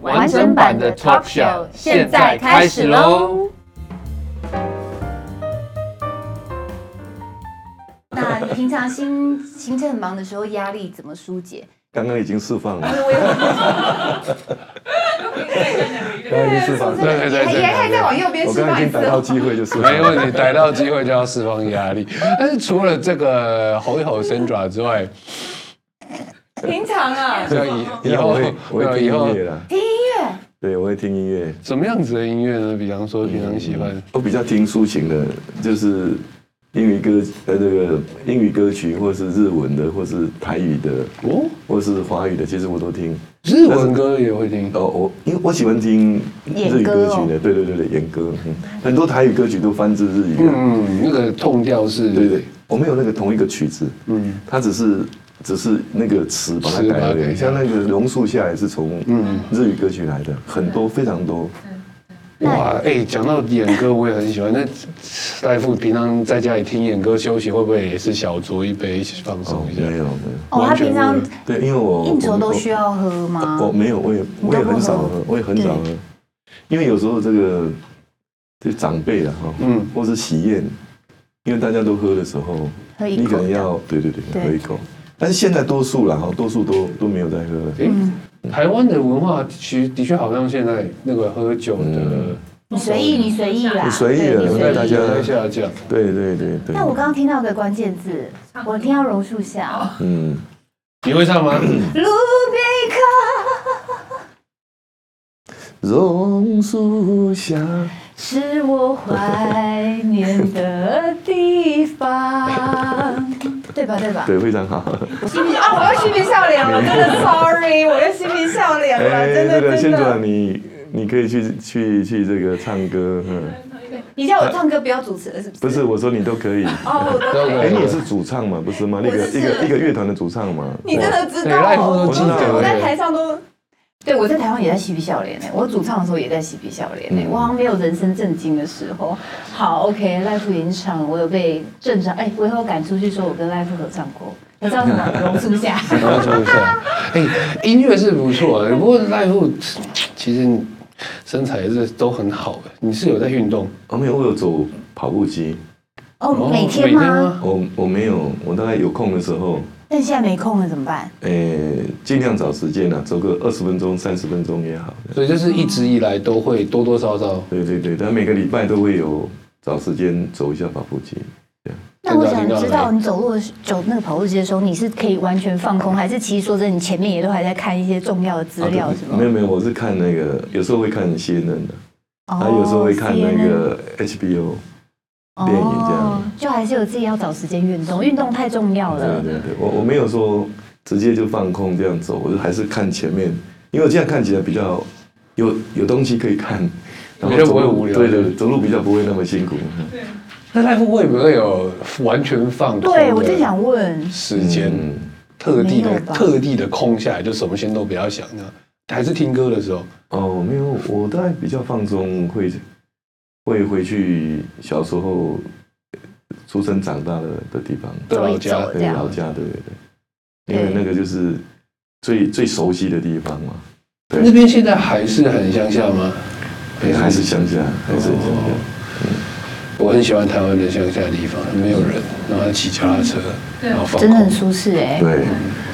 完整版的 talk show 现在开始喽！那你平常心行程很忙的时候，压力怎么疏解？刚刚已经释放了，刚刚已经释放了，对对对还还在往右边我吃刚刚已饭经逮到机会就释放没了。问题，逮到机会就要释放压力。 但是除了这个吼一吼伸爪之外，平常啊，就以以以后后我会我没有会以听后音乐啦，听音乐，对，我会听音乐。什么样子的音乐呢？比方说平常喜欢我比较听抒情的，就是英语歌呃这个英语歌曲，或是日文的，或是台语的，哦，或是华语的，其实我都听。日文歌也会听。哦，我因为我喜欢听日语歌曲的，对对对对，演歌，嗯很多台语歌曲都翻自日语啊。嗯，那个痛调是，对对，我没有那个同一个曲子，嗯，它只是只是那个词把它词把改它了改嗯而一已。下像那个榕树下也是从日语歌曲来的，很多非常多。嗯哇，哎、讲到演歌，我也很喜欢。那大夫平常在家里听演歌休息，会不会也是小酌一杯放松一下？没有，哦完他全平常没有对，因为我应酬都需要要喝吗？我没有，我也你都不我也很少喝喝，我也很少喝对，因为有时候这个这长辈啊，哈，嗯或是喜宴，因为大家都喝的时候，喝一你可口能的，要对对对对喝一口，但是现在多数了哈，多数都都没有在喝了。哎、嗯台湾的文化其实的确好像现在那个喝酒的嗯你随意，你随意啦，你随意啊对了你嗯在随意大家下降。对对对对但，我刚刚听到一个关键字，我听到榕树哦下，嗯。你会唱吗？嗯路边咖榕树下， 是我怀念的地方，对吧？对吧？对，非常好。啊，我又嬉皮笑脸了，真的 sorry，我又嬉皮笑脸了，哎真的哎这个真县的长，。你你可以去去去这个唱歌，嗯，你叫我唱歌不要主持了，是不是？不是，我说你都可以。哦，我都哎，你也是主唱嘛，不是吗？那个我是一个一个乐团的主唱嘛。哦你真的知对赖夫道，哦都我我知道我在台上都对，我在台湾也在嬉皮笑脸呢、我主唱的时候也在嬉皮笑脸呢、我好像没有人生正经的时候。好，OK，赖富演唱，我有被正常，哎、我以后敢出去说我跟赖富合唱过，合唱什么？榕树 下。然后唱一下。哎，音乐是不错，啊 不过赖富其实身材是都很好的。你是有在运动？哦，没有，我有走跑步机。哦，哦每天吗？？我我没有，我大概有空的时候，但现在没空了怎么办？诶，尽量找时间啊，走个二十分钟、三十分钟也好。所以就是一直以来都会多多少少。对对对，但每个礼拜都会有找时间走一下跑步机。那我想知道，你走路的时走那个跑步机的时候，你是可以完全放空，还是其实说真的，你前面也都还在看一些重要的资料什么？啊没有没有，我是看那个，有时候会看 CNN 的，还有时候会看那个 HBO。哦电影这样就还是有自己要找时间运动，运动太重要对了。对对，我我没有说直接就放空这样走，我就还是看前面，因为我这样看起来比较有有东西可以看，然比后较走不会路无聊对对，对走路比较不会那么辛苦。那赖富会不会有完全放空？对，我正想问，时间，嗯特地没的有吧特地的空下来，就什么先都不要想呢？还是听歌的时候，哦，没有，我大概比较放松，会会回去小时候呃出生长大的的地方，对走一老家走这对样老家，对对对，因为对那个就是最最熟悉的地方嘛，对那边现在还是很乡下吗？哎还是乡下，还是乡下。哦嗯我很喜欢台湾的乡下地方，没有人，然后骑脚踏车，然哦后放真的空很。舒适哎、 对，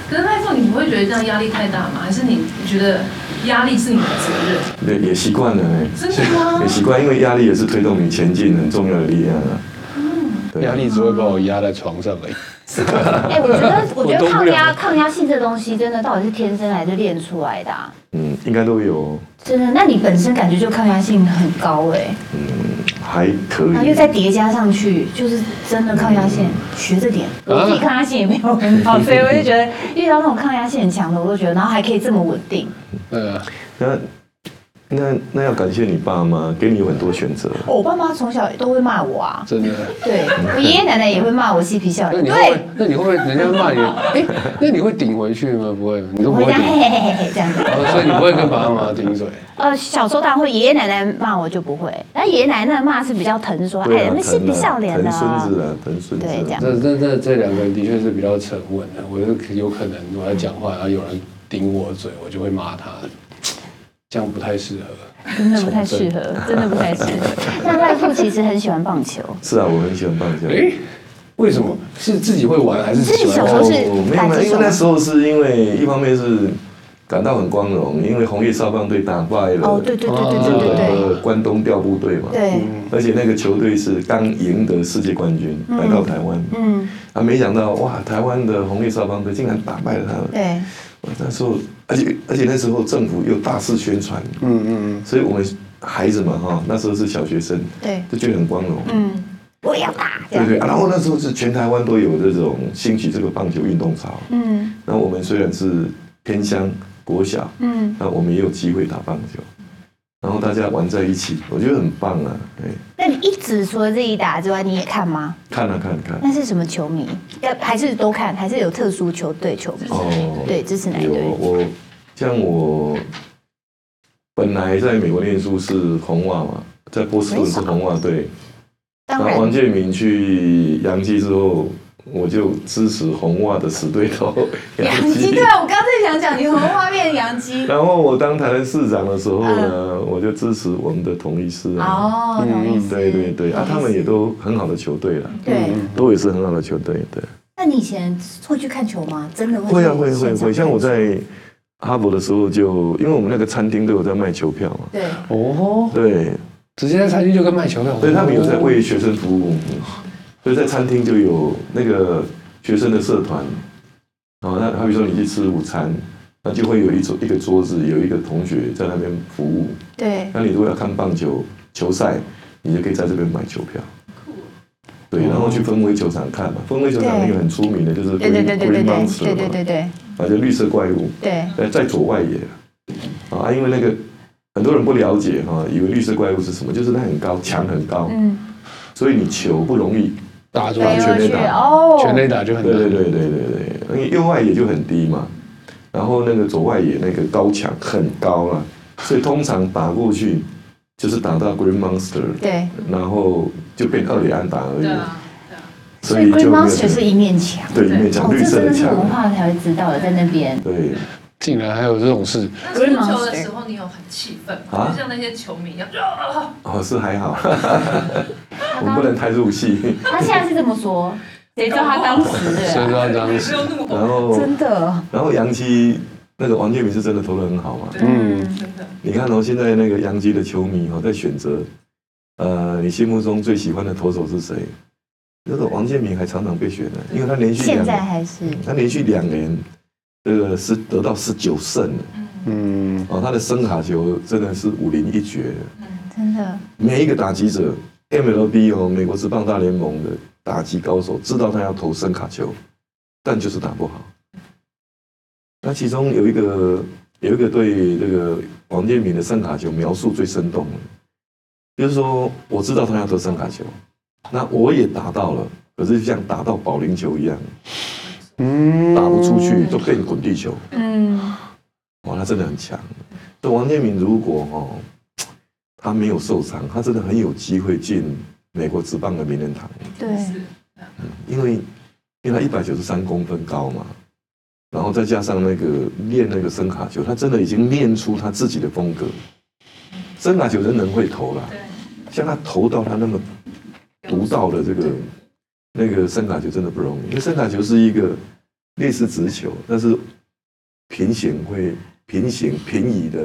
可是赖凤，你不会觉得这样压力太大吗？还是你觉得压力是你的 责任？对，也习惯了哎、真的吗也？习惯，因为压力也是推动你前进很重要的力量啊。对压力只会把我压在床上而已。哎、我觉得，我觉动不得抗压了抗压性这东西，真的到底是天生还是练出来的、啊？嗯，应该都有哦，真的，那你本身感觉就抗压性很高哎、还可然后又以。再叠加上去，就是真的抗压性学着点。我自己抗压性也没有很好，所以我就觉得遇到那种抗压性很强的，我都觉得，然后还可以这么稳定。对啊，那那那要感谢你爸妈，给你有很多选择。哦我爸妈从小都会骂我啊，真的。对我爷爷奶奶也会骂我嬉皮笑那脸，你会不会，那你会不会人家骂 你？哎，那你会顶回去吗？不会，你都我不会会这样顶嘿。嘿嘿嘿嘿这样子。然后所以你不会跟爸爸妈妈顶嘴。 呃，小时候当然会，爷爷奶奶骂我就不会，但爷爷奶奶骂是比较疼，说对哎啊，那嬉皮疼啊笑脸的疼孙啊，子啊，疼孙子啊。对这样这这这这两个人的确是比较沉稳的，我就有可能我在讲话，然后有人顶我嘴，我就会骂他，这样不太适合。真的不太适 合，真的不太适合。那赖富其实很喜欢棒球，是啊，我很喜欢棒球。哎，为什么是自己会玩还是自己喜欢小时玩候是哦没有没有，因为那时候是因为一方面是感到很光荣，因为红叶少棒队打败了哦，对对对对对对对呃关东调部队嘛，对，而且那个球队是刚赢得世界冠军，来到台湾，嗯，啊，没想到哇，台湾的红叶少棒队竟然打败了他们。对，哇那时候，而且而且那时候政府又大肆宣传，嗯嗯所以我们孩子嘛哈，那时候是小学生，对，就觉得很光荣。嗯，我也要打这对样，对，啊然后那时候是全台湾都有这种兴起这个棒球运动潮，嗯然后我们虽然是偏乡国小，嗯，那我们也有机会打棒球，然后大家玩在一起，我觉得很棒啊！对，那你一直除了自己打之外，你也看吗？看啊看啊看啊，那是什么球迷？呃还是都看？还是有特殊球队球迷？哦嗯对，支持哪一有队？我像我本来在美国念书是红袜嘛，在波士顿是红袜队，当然后然王，建民去洋基之后，我就支持红袜的死对头杨基，对，我刚才想讲，你从画面杨基。然后我当台湾市长的时候呢，我就支持我们的同一师啊，哦，懂意思。对对对，啊，他们也都很好的球队了，对。都也是很好的球队，对。那你以前会去看球吗？真的会会啊去会会现场会，像看我球在哈佛的时候就，因为我们那个餐厅都有在卖球票嘛，对嗯，哦，对，直接在餐厅就跟卖球票，所以他们有在为学生服务，所以在餐厅就有那个学生的社团，然后那好比说你去吃午餐，那就会有一桌一个桌子有一个同学在那边服务，对，那你如果要看棒球球赛，你就可以在这边买球票。对，然后去分威球场看嘛，分威球场那个很出名的就是 Green 对对对对对 Green 对 Monster 对嘛对对对啊，就绿色怪物。哎对在在左外野啊，因为那个很多人不了解哈、以为绿色怪物是什么，就是它很高，墙很高，嗯，所以你球不容易。打出对来全全垒垒打打，全哦，垒打就很对对难。对对对对，因为右外野就很低嘛，然后那个左外野那个高墙很高了，所以通常打过去就是打到 Green Monster，对，然后就变二垒安打而已，对啊，所所以就 Green 没有 Monster 是一面墙，对里面讲哦，绿这色真的的是墙文，化才会知道的，在那 边对，竟然还有这种事，嗯那输球的时候你有很气愤吗，啊就像那些球迷一样，哦是还好，我们不能太入戏，他现在是这么说，谁知道他当时谁知的啊？道当也时不用那么 然后真的，然后杨基那个王建民是真的投的很好嘛？嗯，真的。你看哦，现在那个杨基的球迷哦，在选择，呃，你心目中最喜欢的投手是谁？那个王建民还常常被选呢，因为他连续现两在还是他连续两年，这个是得到十九胜了嗯，哦，他的声卡球真的是武林一绝，真的，每一个打击者 MLB 哦，美国职棒大联盟的打击高手知道他要投声卡球，但就是打不好。那其中有一个有一个对这个王建民的声卡球描述最生动了，就是说我知道他要投声卡球，那我也打到了，可是就像打到保龄球一样，嗯。打不出去都变滚地球。嗯，哇，他真的很强。这王建民如果哦，他没有受伤，他真的很有机会进美国职棒的名人堂，对，因为因为他一百九十三公分高嘛，然后再加上那个练那个声卡球，他真的已经练出他自己的风格。声卡球人人会投啦，像他投到他那么独到的这个那个声卡球真的不容易，因为声卡球是一个类似直球，但是平行会平行平移的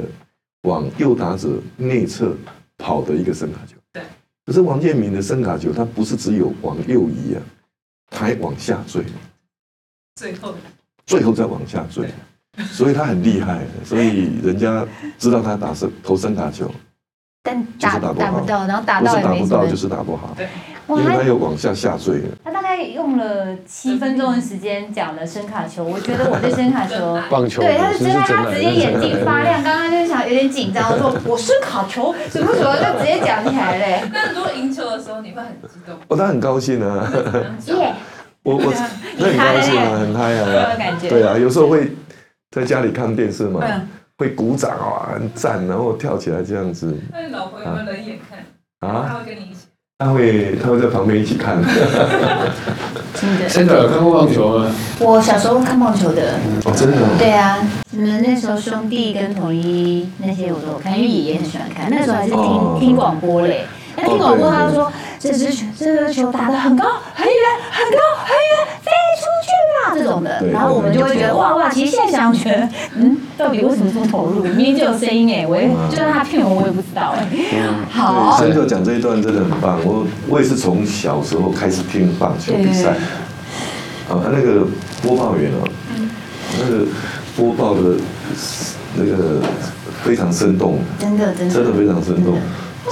往右打者内侧跑的一个声卡球。对。可是王建民的声卡球，它不是只有往右移啊，它还往下坠，最后最后再往下坠，所以他很厉害，所以人家知道他打声投声卡球，但就是打打不打好不到，然后打不到是也打没不什么到，就是打不好，因哇，为他它又往下下坠了。他大概用了七分钟的时间讲了声卡球，我觉得我对声卡 球棒球对，他老是师真是的，真他的很直接认眼真。睛发亮。刚刚就是想有点紧张，我说我声卡球什么什么，就直接讲起来嘞。那如果赢球的时候，你会很激 动，哦，他很高兴啊，耶，我我那很高兴啊，很嗨有没有啊，感觉？对啊，有时候会在家里看电视嘛嗯，会鼓掌啊，很赞，然后跳起来这样子那你老婆有没有冷眼看？啊，她会跟你一起。他会他会在旁边一起看， 哦真的。真的有看过棒球吗？我小时候看棒球的，哦，真的哦，对啊，什么那时候兄弟跟统一那些我都有看，因为爷爷很喜欢看，那时候还是听、哦听广播嘞。那听广播，他就说这支球这支球打得很高很远很高很远，飞出去啦这种的。对然后我们就会觉得对哇哇，其实现在想觉得，嗯，到底为什么这么投入？明明就有声音哎，我也哦就算他骗我，我也不知道哎。嗯好，对，森哥讲这一段真的很棒，我我也是从小时候开始听棒球比赛，啊，那个播报员哦，嗯那个播报的那个非常生动，真的真的真的非常生动。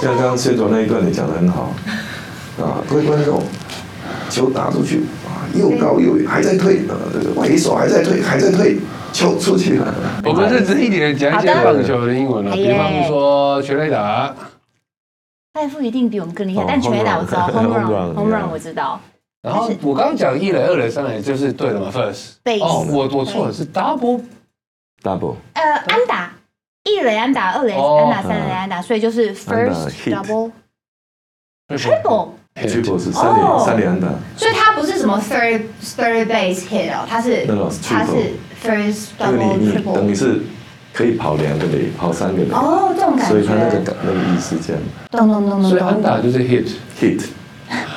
像刚刚宣传那一段，你讲的很好啊，各位观众，球打出去啊，又高又远，还在退啊，这个外野手还在退，还在退，球出去了。我们认真一点讲一些棒球的英文哎了，好的比方说全垒打，赖富一定比我们更厉害哦，但全垒打我知道 home ，home run， run home yeah run 我知道，然后我刚刚讲一垒、二垒、三垒就是对了嘛，first。 Base 哦，我我错了，是 double Double 呃，安打，一垒安打，二垒哦安打，三垒安打，所以就是安打 first hit double triple，结 triple hit。果是三连、哦三连打，所以它不是什么 third third base hit 哦，它是那种是它是 triple first 因为 double 你你等于 triple，是可以跑两个垒，跑三个垒，哦，这种感所以他那个觉，感那个意思这样咚咚咚咚所以安咚。打就是 hit， hit，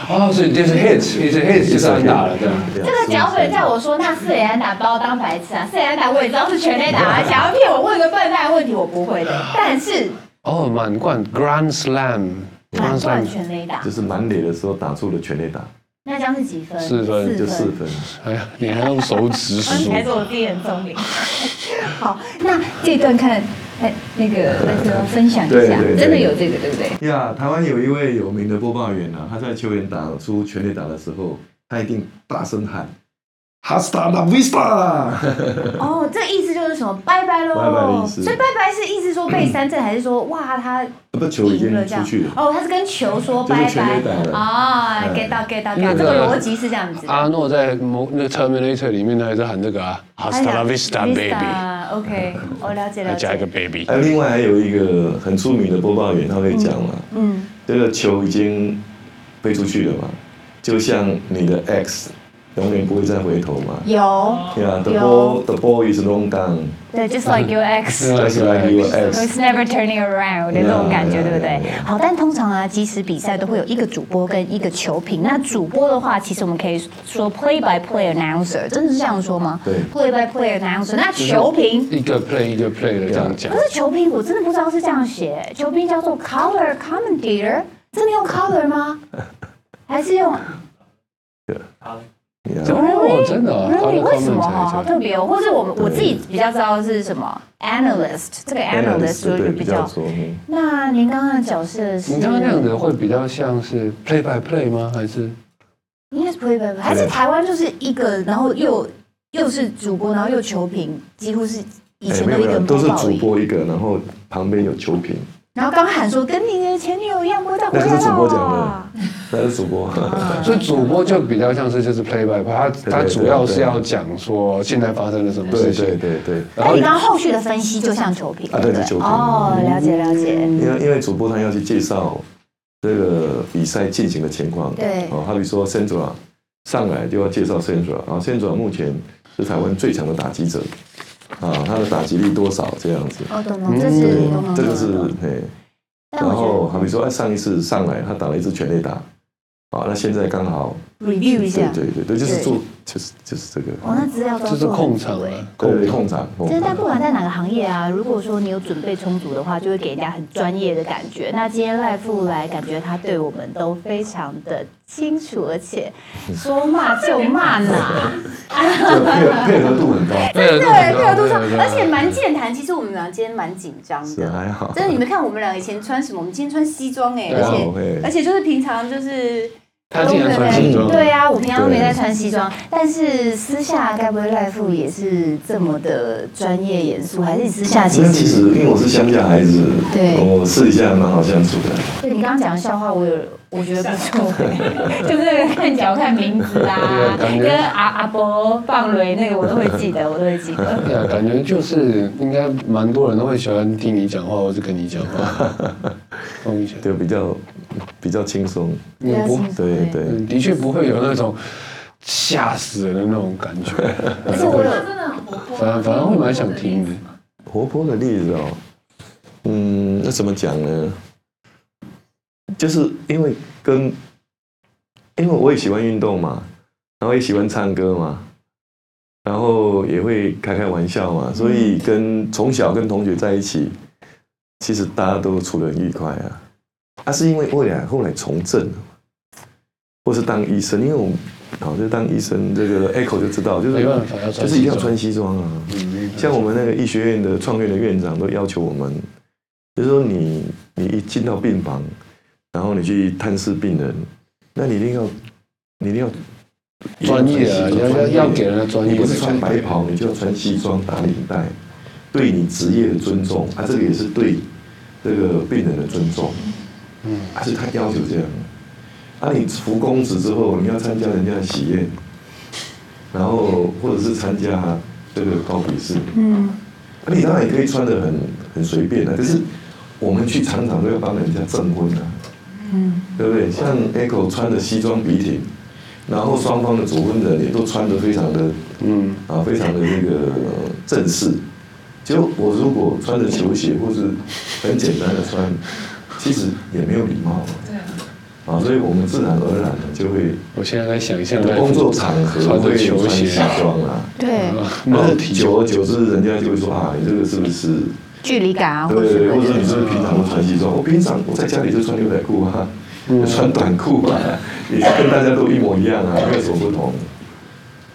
哦，所以就是 hit，一直 hit 就是安打了，这样。这这个脚本在我说，那四垒安打把我当白痴啊！四垒安打我也知道是全垒打啊，想要骗我问个笨蛋问题，我不会的。但是哦，满贯 Grand 啊 Slam，Grand Slam 满贯全垒打就，是满垒的时候打出了全垒打，那将是几分？四分就四分。哎呀，你还用手指 数？才是我自己很聪明。 好，那这一段看，哎，那个那个分享一对下对，对真的有这个对不对？呀台湾有一位有名的播报员啊，他在球员打出全垒打的时候，他一定大声喊 “Hasta la vista”，哦，这意思就是什么？拜拜喽！拜拜的意思所以拜拜是意思说被三振，还是说哇他不，球已赢经了这出样去？了。哦，他是跟球说就拜是全垒打拜。了哦嗯，get 到 get 到 get 那到，个这个逻辑是这样子的。阿诺在某那个 Terminator 里面，他也是喊这个啊哎呀，Hasta la vista baby， OK，我了解还了加一个解。 baby。还有另外还有一个很出名的播报员，他会讲嘛，嗯，这个球已经飞出去了嘛，就像你的 X 永远不会再回头嘛。有， Yeah, the 有 ball, the ball is long gone, 对，just 啊 like your ex。 just like your ex. It's never turning around 的那种感觉，对不对？好，但通常啊，即使比赛都会有一个主播跟一个球评。那主播的话，其实我们可以说 play by play announcer，真的是这样说吗？对，play by play announcer。那球评。一个 play 一个 play 的这样讲可，是球评，我真的不知道是这样写，球评叫做 color commentator，真的用 color 吗？还是用 Yeah, Oh, 哦，真的啊 really？ color 为什么 comment 好好才讲特别哦？或者我们我自己比较知道是什么 analyst，这个 analyst 就是对比比较较。说，嗯那您刚刚的角色是？你刚刚那样子会比较像是 play by play 吗？还是应该是不会吧？还是台湾就是一个，然后又又是主播，然后又球评，几乎是以哎前没都一有没个有，人都是播报而主已。播一个，然后旁边有球评，然后刚喊说跟你的前女友一样，不会再回来那了。是主播讲的那是主播，嗯所以主播就比较像是就是 play by play，他他主要是要讲说现在发生了什 么对事情对。对对，那你刚刚后续的分析就像球评，啊哎对不对是对？球评哦，了解了解。因为因为主播他要去介绍这个比赛进行的情况，对哦，好比说 Sandra 上来就要介绍 Sandra 啊，Sandra 目前是台湾最强的打击者，啊，他的打击率多少这样子，哦，懂懂，这是对懂懂，这个懂是懂。嘿。但然后我好比说，哎，上一次上来他打了一支全垒打，啊，那现在刚好觉得 review 一对下，对对对，就是对做就是就是这个。哦，那资料都这是控场哎。啊，控对，场。控场，控真的，但场不管在哪个行业啊，如果说你有准备充足的话，就会给人家很专业的感觉。那今天赖富来，感觉他对我们都非常的清楚，而且说骂就骂 呢，这个配合配合度很高，对对，配合度上，而且蛮健谈。其实我们俩今天蛮紧张是啊啊的，还好。真的，你们看我们俩以前穿什么？我们今天穿西装哎、对而啊且且而且就是平常就是他竟然穿西装，对啊，我平常都没在穿西装，但是私下该不会赖富也是这么的专业严肃，还是你私下其嗯那其实？实因为我是乡下孩子，对我私底下还蛮好相处的。对你刚刚讲的笑话，我有我觉得不错， 就是看脚看名字啊，对跟阿阿伯棒雷那个我都会记得，我都会记得。 对啊，感觉就是应该蛮多人都会喜欢听你讲话，或是跟你讲 话。风险，对，比较比较轻松，你不，啊对对。嗯的确不会有那种吓死人的那种感觉。而且我有他真的很活泼啊，反而反而会蛮想听的。活泼的例子哦，嗯，那怎么讲呢？就是因为跟，因为我也喜欢运动嘛，然后也喜欢唱歌嘛，然后也会开开玩笑嘛，所以跟从小跟同学在一起，其实大家都处得很愉快啊。啊，是因为后来后来从政了嘛，或是当医生，因为我们好就当医生，这个 echo 就知道，就是没办法要就穿西装是一定要穿西装啊。嗯像我们那个医学院的创院的院长都要求我们，就是说你你一进到病房，然后你去探视病人，那你一定要你一定要专业啊，要要要给人家专业你的不感觉。是穿白袍，你就要穿西装打领带，对你职业的尊重啊，这个也是对这个病人的尊重，嗯，还是他要求这样。啊，你服公职之后，你要参加人家的喜宴，然后或者是参加这个高比试，嗯，那啊你当然也可以穿的很很随便啊的、可是我们去常常都要帮人家证婚啊，嗯，对不对？像 Echo 穿的西装笔挺，然后双方的主婚人也都穿的非常的嗯，啊，非常的那个呃正式。就我如果穿着球鞋或是很简单的 穿，其实也没有礼貌对啊，啊，啊所以我们自然而然的就会我现在在想象那工作场合穿着会球穿鞋西，装啊，对然裸后体久而久之，人家就会说啊，你这个是不是距离感啊，或者对什对，么或者的你是不是平常都穿西装？我平常我在家里就穿牛仔裤啊，穿短裤啊，也是跟大家都一模一样啊，没有什么不同。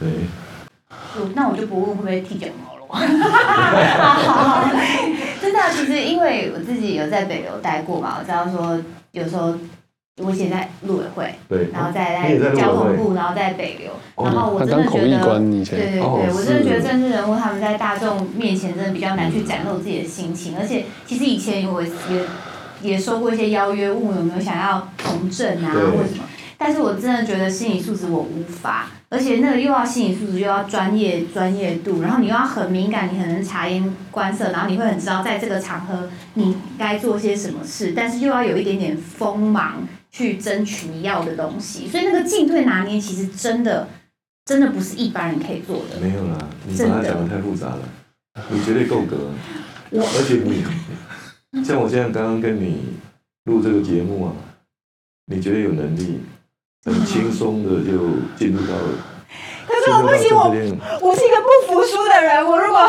对，嗯那我就不问会不会剃脚毛了。好 真的啊，其实因为我自己有在北流待过嘛，我知道说有时候我以前在陆委会，对然后再你也在在陆委交通会部，然后在北流，哦然后我他真当的口觉译得。官对以前，对哦对，我真的是觉得政治人物他们在大众面前真的比较难去展露自己的心情，而且其实以前我也也收过一些邀约，问我有没有想要从政啊对或什么，但是我真的觉得心理素质我无法，而且那个又要心理素质又要专业专业度，然后你又要很敏感，你很能察言观色，然后你会很知道在这个场合你该做些什么事，但是又要有一点点锋芒去争取你要的东西，所以那个进退拿捏其实真的真的不是一般人可以做的。没有啦，你把它讲的太复杂了，你绝对够格。而且你，像我现在刚刚跟你录这个节目啊，你觉得有能力，很轻松的就进入到。可是我不行我我是一个不服输的人，我如果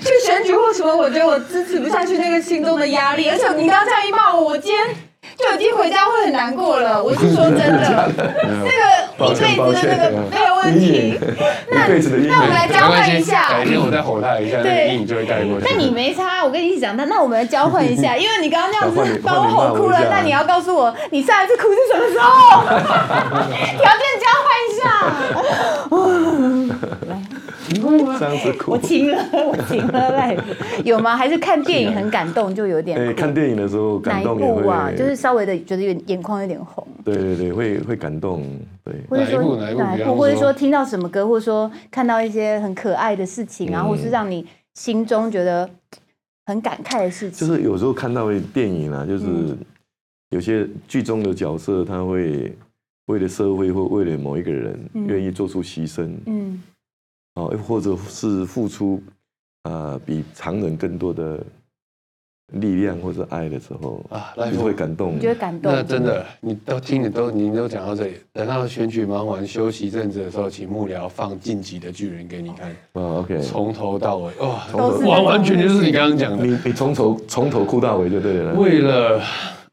去选举或什么，我觉得我支持不下去那个心中的压力。而且你刚刚这样一骂我，我今天就已经回家会很难过了。我是说真的，嗯这个一辈子的那个没有问题。 一辈子的阴那我们影。来交换一下改。天我再吼他一下，那个对阴影就会盖过去。那你没差，我跟你一起长大。那我们交换一下， 因为你刚刚那样换你子把我换你骂吼我哭一了下，那你要告诉我你上一次哭是什么时候？ 条件交换一下。这样子哭。我停了，我停了，赖有吗？还是看电影很感动就有点哎、看电影的时候哪感一动也部会，啊？就是稍微的觉得有点眼眶有点红，对对对，会会感动，对。或者说哪一部哪一部比方或者说说听到什么歌，或者说看到一些很可爱的事情啊，嗯或是让你心中觉得很感慨的事就情。是有时候看到电影嗯啊，就是有些剧中的角色，他会为了社会或为了某一个人，嗯愿意做出牺牲，嗯哦，或者是付出啊、呃比常人更多的力量或者爱的时候啊啊，来你就会感动你就。会感动。那真的，你都听你都你都讲到这里，等到选举忙完休息一阵子的时候，请幕僚放《晋级的巨人》给你看，啊，OK，从头到尾，哇，都是完完全全就是你刚刚讲的，你你从头从头哭到尾就对了。为了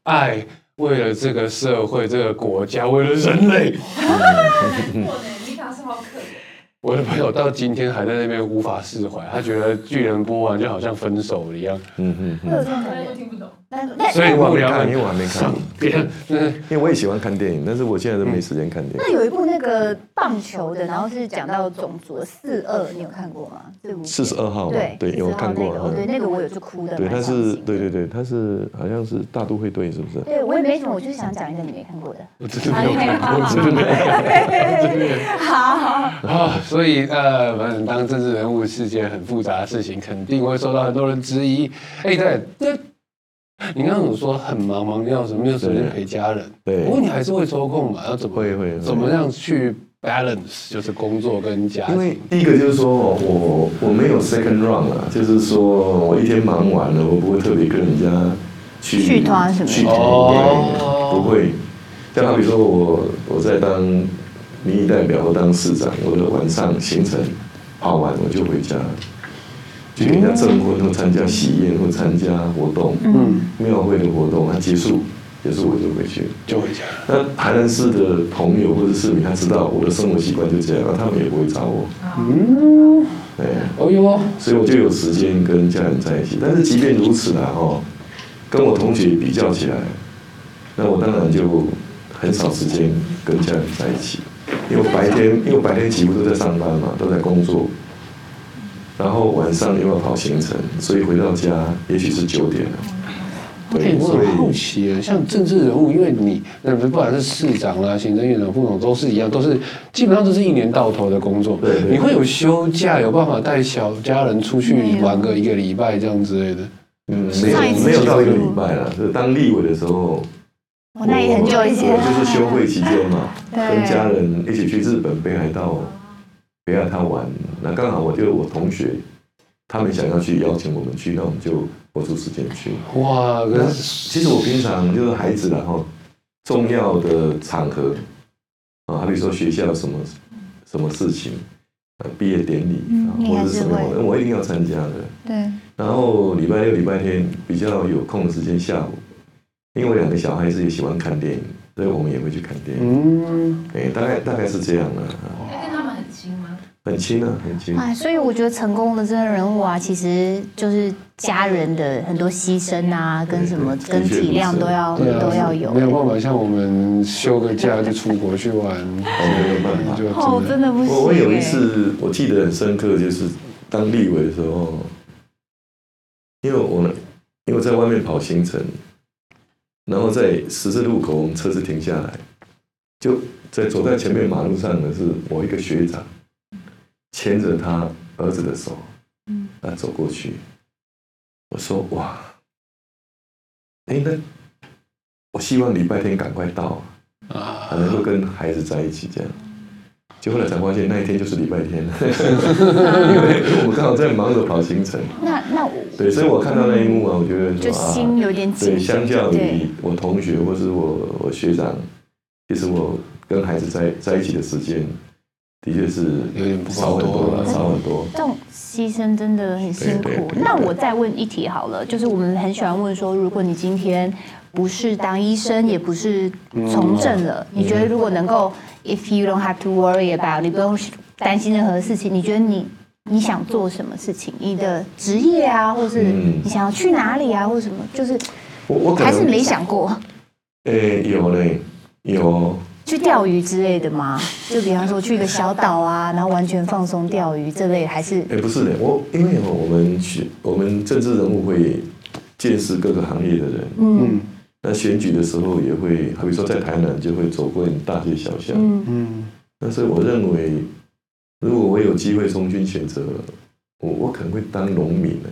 爱，为了这个社会、这个国家，为了人类， 难啊过呢，米卡是好可怜。我的朋友到今天还在那边无法释怀，他觉得巨人播完就好像分手了一样，嗯嗯会有这嗯。种大感家都觉。听不懂，哦但但所以因为我还幕没僚看，因为们我还没 看，别那因为我也喜欢看电影，但是我现在都没时间看电那影。有一部那个棒球的，然后是讲到种族四二，你有看过吗？这部片四十二号嘛嗯对，对， 42因为我看过那个，对了。嗯那个我有就哭的，对，蛮他伤是心的对对对，他是好像是大都会队，是不是？对，我也没什么，我就是想讲一个你没看过的。我真的 没有看过，我真的没有看过，真的没 有。好啊，所以呃，反正当政治人物是件很复杂的事情，肯定会受到很多人质疑。哎，对，这你刚刚有说很忙忙，你有什么没有时间陪家人？对不过你还是会抽空嘛，要怎么会会会怎么样去 balance 就是工作跟家因庭？为第一个就是说我我没有 second round 啊，就是说我一天忙完了，我不会特别跟人家去续团什么的去团哦对不会。像好比说我我在当民意代表或当市长，我的晚上行程跑完我就回家，去给人家证婚或参加喜宴或参加活动，嗯，庙会的活动，它结束结束我就回去。就回家。那台南市的朋友或者市民，他知道我的生活习惯就这样，他们也不会找我。嗯，对，哦哟，所以我就有时间跟家人在一起。但是即便如此啦，哦，跟我同学比较起来，那我当然就很少时间跟家人在一起，因为白天因为白天几乎都在上班嘛，都在工作，然后晚上又要跑行程，所以回到家也许是九点了。哎、对，我所以很好奇耶，像政治人物，因为你那不管是市长啦、行政院长、副总，都是一样，都是基本上都是一年到头的工作。对对你会有休假，有办法带小家人出去玩个一个礼拜这样之类的？嗯，没上一次有没有到一个礼拜了，就是当立委的时候。哦，那也很久以前我。就是休会期间嘛， 对跟家人一起去日本北海道北海道玩。那刚好我就我同学，他们想要去邀请我们去，那我们就播出时间去。哇，那可是嗯其实我平常就是孩子啦，然后重要的场合啊，好比说学校什么什么事情，呃，毕业典礼啊，嗯或者是什么你还是，我一定要参加的。对，然后礼拜六、礼拜天比较有空的时间，下午，因为我两个小孩子也喜欢看电影，所以我们也会去看电影。嗯，哎、大概大概是这样的、啊，哎要跟他们很亲吗？很轻啊，很轻。哎，所以我觉得成功的这些人物啊，其实就是家人的很多牺牲啊，跟什么对跟体谅都要对啊，都要没有有。办法像我们休个假就出国去玩，没有办法就哦，真的不行。我我有一，次我记得很深刻，就是当立委的时候，因为我呢，因为我在外面跑行程，然后在十字路口我们车子停下来，就在走在前面马路上的是我一个学长，牵着他儿子的手，嗯，他走过去，我说哇，哎那我希望礼拜天赶快到啊。啊，还能够跟孩子在一起这样。就后来才发现那一天就是礼拜 天，因为我刚好在忙着跑行程。那那我嗯对，所以我看到那一幕啊，我觉得就说啊心，有点对，紧。相较于对我同学或是我我学长，其实我跟孩子在在一起的时间，的确是有点不少很多够了，多少很多。这种牺牲真的很辛苦对对。对那我再问一题好了，就是我们很喜欢问说，如果你今天不是当医生，也不是从政了，嗯你觉得如果能够，if you don't have to worry about，你不用担心任何事情，你觉得你你想做什么事情？你的职业啊，或是嗯你想要去哪里啊，或什么，就是我我可还是能没想过 诶有嘞有，去钓鱼之类的吗？就比方说去一个小岛啊，然后完全放松钓鱼这类，还是哎、不是的，我因为哦我们去我们政治人物会见识各个行业的人，嗯那选举的时候也会，好比说在台南就会走过大街小巷。嗯嗯，但是我认为，如果我有机会重新选择，我我可能会当农民呢。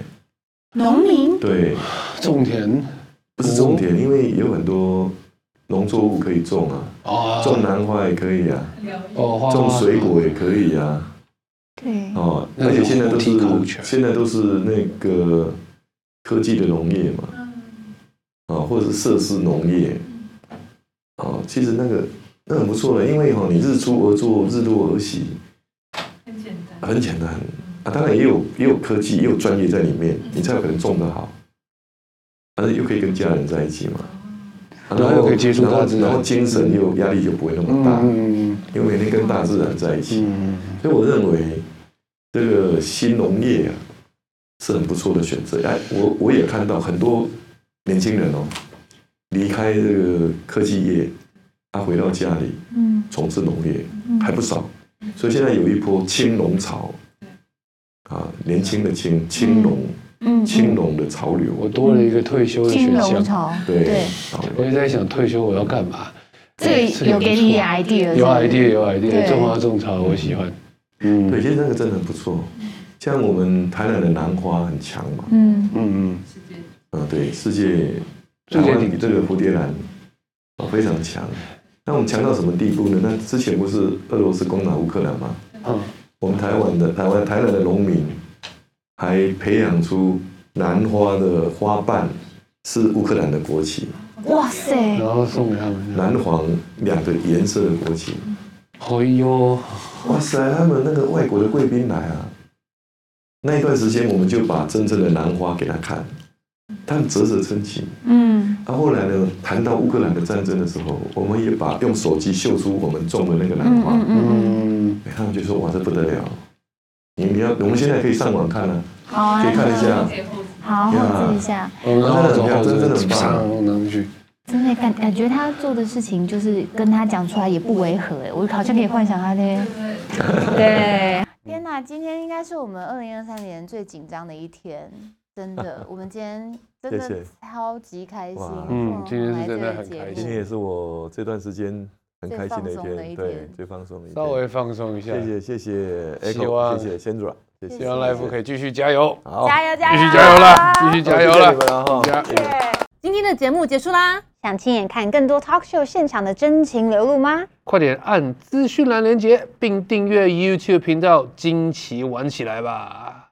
农民？对，种田不是种田，因为有很多农作物可以种啊，啊，种南瓜也可以啊，聊一哦，花种水果也可以啊。对，哦，那而且现在都种 horticulture 是现在都是那个科技的农业嘛，嗯啊，或者是设施农业，嗯啊，其实那个那很不错的，因为哈，你日出而作，日落而息，很简单。很简单啊。当然也有也有科技，也有专业在里面，嗯你才有可能种得好，但是又可以跟家人在一起哦嘛。啊然后又可以接触然后大自然然后精神又压力就不会那么大，嗯因为每天跟大自然在一起。嗯所以我认为这个新农业啊是很不错的选择。哎，我我也看到很多年轻人哦，离开这个科技业，他回到家里，嗯，从事农业嗯还不少。所以现在有一波青农潮，啊，年轻的青青农，嗯青农的潮流，啊我多了一个退休的金选融项。潮，对啊对，潮流我也在想退休我要干嘛？哎这这个个有给不你错 idea，有这个 idea 有 idea，对种花种草我喜欢。嗯对，其实那个真的很不错。像我们台南的兰花很强嘛，嗯，嗯嗯，对，世界世台界湾顶比这个蝴蝶兰啊非常强。那我们强到什么地步呢？那之前不是俄罗斯攻打乌克兰吗？嗯嗯，我们台湾的台湾台南的农民还培养出兰花的花瓣是乌克兰的国旗，哇塞，然后送给他们。蓝黄两个颜色的国旗。哎呦，哇塞，他们那个外国的贵宾来啊，那一段时间我们就把真正的兰花给他看，他们啧啧称奇。嗯，啊，后来呢，谈到乌克兰的战争的时候，我们也把用手机秀出我们种的那个兰嗯嗯花，嗯，哎他们就说哇，这不得了！你们要，我们现在可以上网看啊，好啊可以看一下，好，呀后置一下，嗯然后走好真的很棒上上去。真的感感觉他做的事情就是跟他讲出来也不违和，哎，我好像可以幻想他的，对，天哪，今天应该是我们二零二三年最紧张的一天，真 的，我们今天真谢谢的超级开心，哇嗯凤今天凰来是真的这个很节开目心今天也是我这段时间很开心的一最放松的一天天，对，最放松的一稍天。微放松一下，谢谢谢谢希望 Echo，谢谢 Sandra，谢谢希望 Life 可以继续加油，好，加油啊加油继续加油了，继续加油谢谢了你，们了哈。加今天的节目结束啦。想亲眼看更多 talk show 现场的真情流露吗？快点按资讯栏连接，并订阅 YouTube 频道，惊奇玩起来吧！